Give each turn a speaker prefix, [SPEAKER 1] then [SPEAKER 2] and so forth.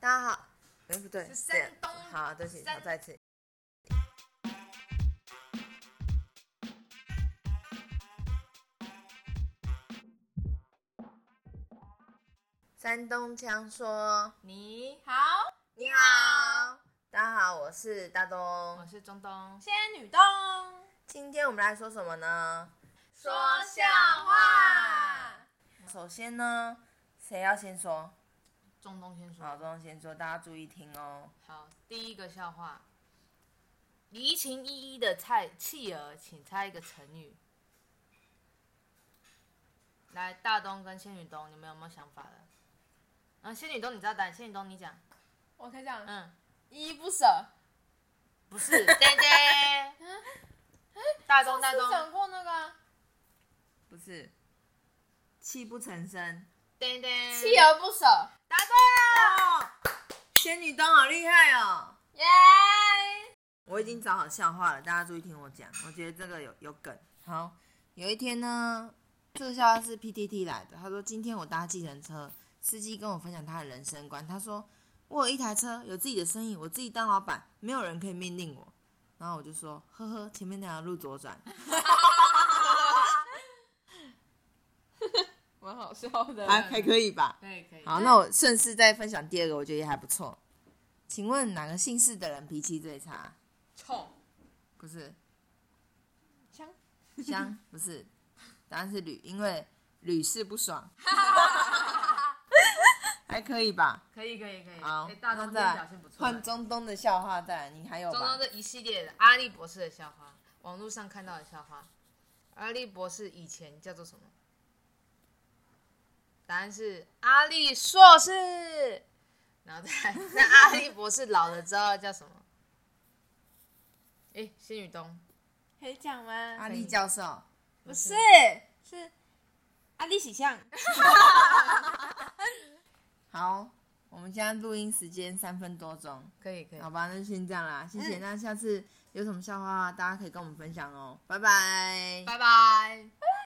[SPEAKER 1] 大家好，哎、不对，
[SPEAKER 2] 是
[SPEAKER 1] 对
[SPEAKER 2] 山东
[SPEAKER 1] 好，对不起，
[SPEAKER 2] 山
[SPEAKER 1] 好，再一次。山东腔说
[SPEAKER 2] 你好，：“
[SPEAKER 1] 你好，哦大家好，我是大
[SPEAKER 2] 我
[SPEAKER 1] 东。
[SPEAKER 2] 是中东仙女东，
[SPEAKER 1] 今天我们来说什么呢？
[SPEAKER 2] 说笑话。
[SPEAKER 1] 首先呢，谁要先说？
[SPEAKER 2] 中东先
[SPEAKER 1] 好，
[SPEAKER 2] 说，
[SPEAKER 1] 东东先说，大家注意听哦。
[SPEAKER 2] 好，第一个笑话，怡情依依的菜弃儿，请猜一个成语。来，大东跟仙女东，你们有没有想法了？嗯，仙女东你知道答案，仙女东你讲，
[SPEAKER 3] 我可以讲，
[SPEAKER 2] 嗯，
[SPEAKER 3] 依依不舍。
[SPEAKER 2] 不是，对对，大东大
[SPEAKER 3] 上次
[SPEAKER 2] 东，
[SPEAKER 3] 讲过那个啊
[SPEAKER 1] 不是，泣不成声。
[SPEAKER 2] 对对，
[SPEAKER 3] 锲而不舍，
[SPEAKER 2] 答对了。
[SPEAKER 1] 哦，仙女灯好厉害哦！
[SPEAKER 3] 耶！
[SPEAKER 1] 我已经找好笑话了，大家注意听我讲，我觉得这个有有梗。好，有一天呢，这个笑话是 PTT 来的，他说今天我搭计程车，司机跟我分享他的人生观，他说我有一台车，有自己的生意，我自己当老板，没有人可以命令我。然后我就说，呵呵，前面那条路左转。
[SPEAKER 3] 蛮好笑的
[SPEAKER 1] 还还可以吧。
[SPEAKER 2] 可以可以，
[SPEAKER 1] 好，那我顺势再分享第二个，我觉得也还不错。请问哪个姓氏的人脾气最差？
[SPEAKER 3] 臭
[SPEAKER 1] 不是
[SPEAKER 3] 香，
[SPEAKER 1] 香，不是，答案是吕，因为屡试不爽。还可以吧？
[SPEAKER 2] 可以可以可以。
[SPEAKER 1] 好
[SPEAKER 2] 哎，大
[SPEAKER 1] 那
[SPEAKER 2] 东今天
[SPEAKER 1] 再
[SPEAKER 2] 表
[SPEAKER 1] 来
[SPEAKER 2] 现不错。
[SPEAKER 1] 换中东的笑话，再来，你还有
[SPEAKER 2] 中东
[SPEAKER 1] 吧？
[SPEAKER 2] 这一系列的阿笠博士的笑话，网络上看到的笑话。阿笠博士以前叫做什么？答案是阿笠硕士。然后再来那阿笠博士老了之后叫什么？哎，仙女东
[SPEAKER 3] 可以讲吗？
[SPEAKER 1] 阿力教授，
[SPEAKER 3] 啊不是，是啊阿丽喜相。
[SPEAKER 1] 好，我们现在录音时间三分多钟，
[SPEAKER 2] 可以可以
[SPEAKER 1] 好，吧，那就先这样啦，谢谢。
[SPEAKER 2] 嗯
[SPEAKER 1] 那下次有什么笑话，大家可以跟我们分享哦，拜拜。
[SPEAKER 2] 拜拜。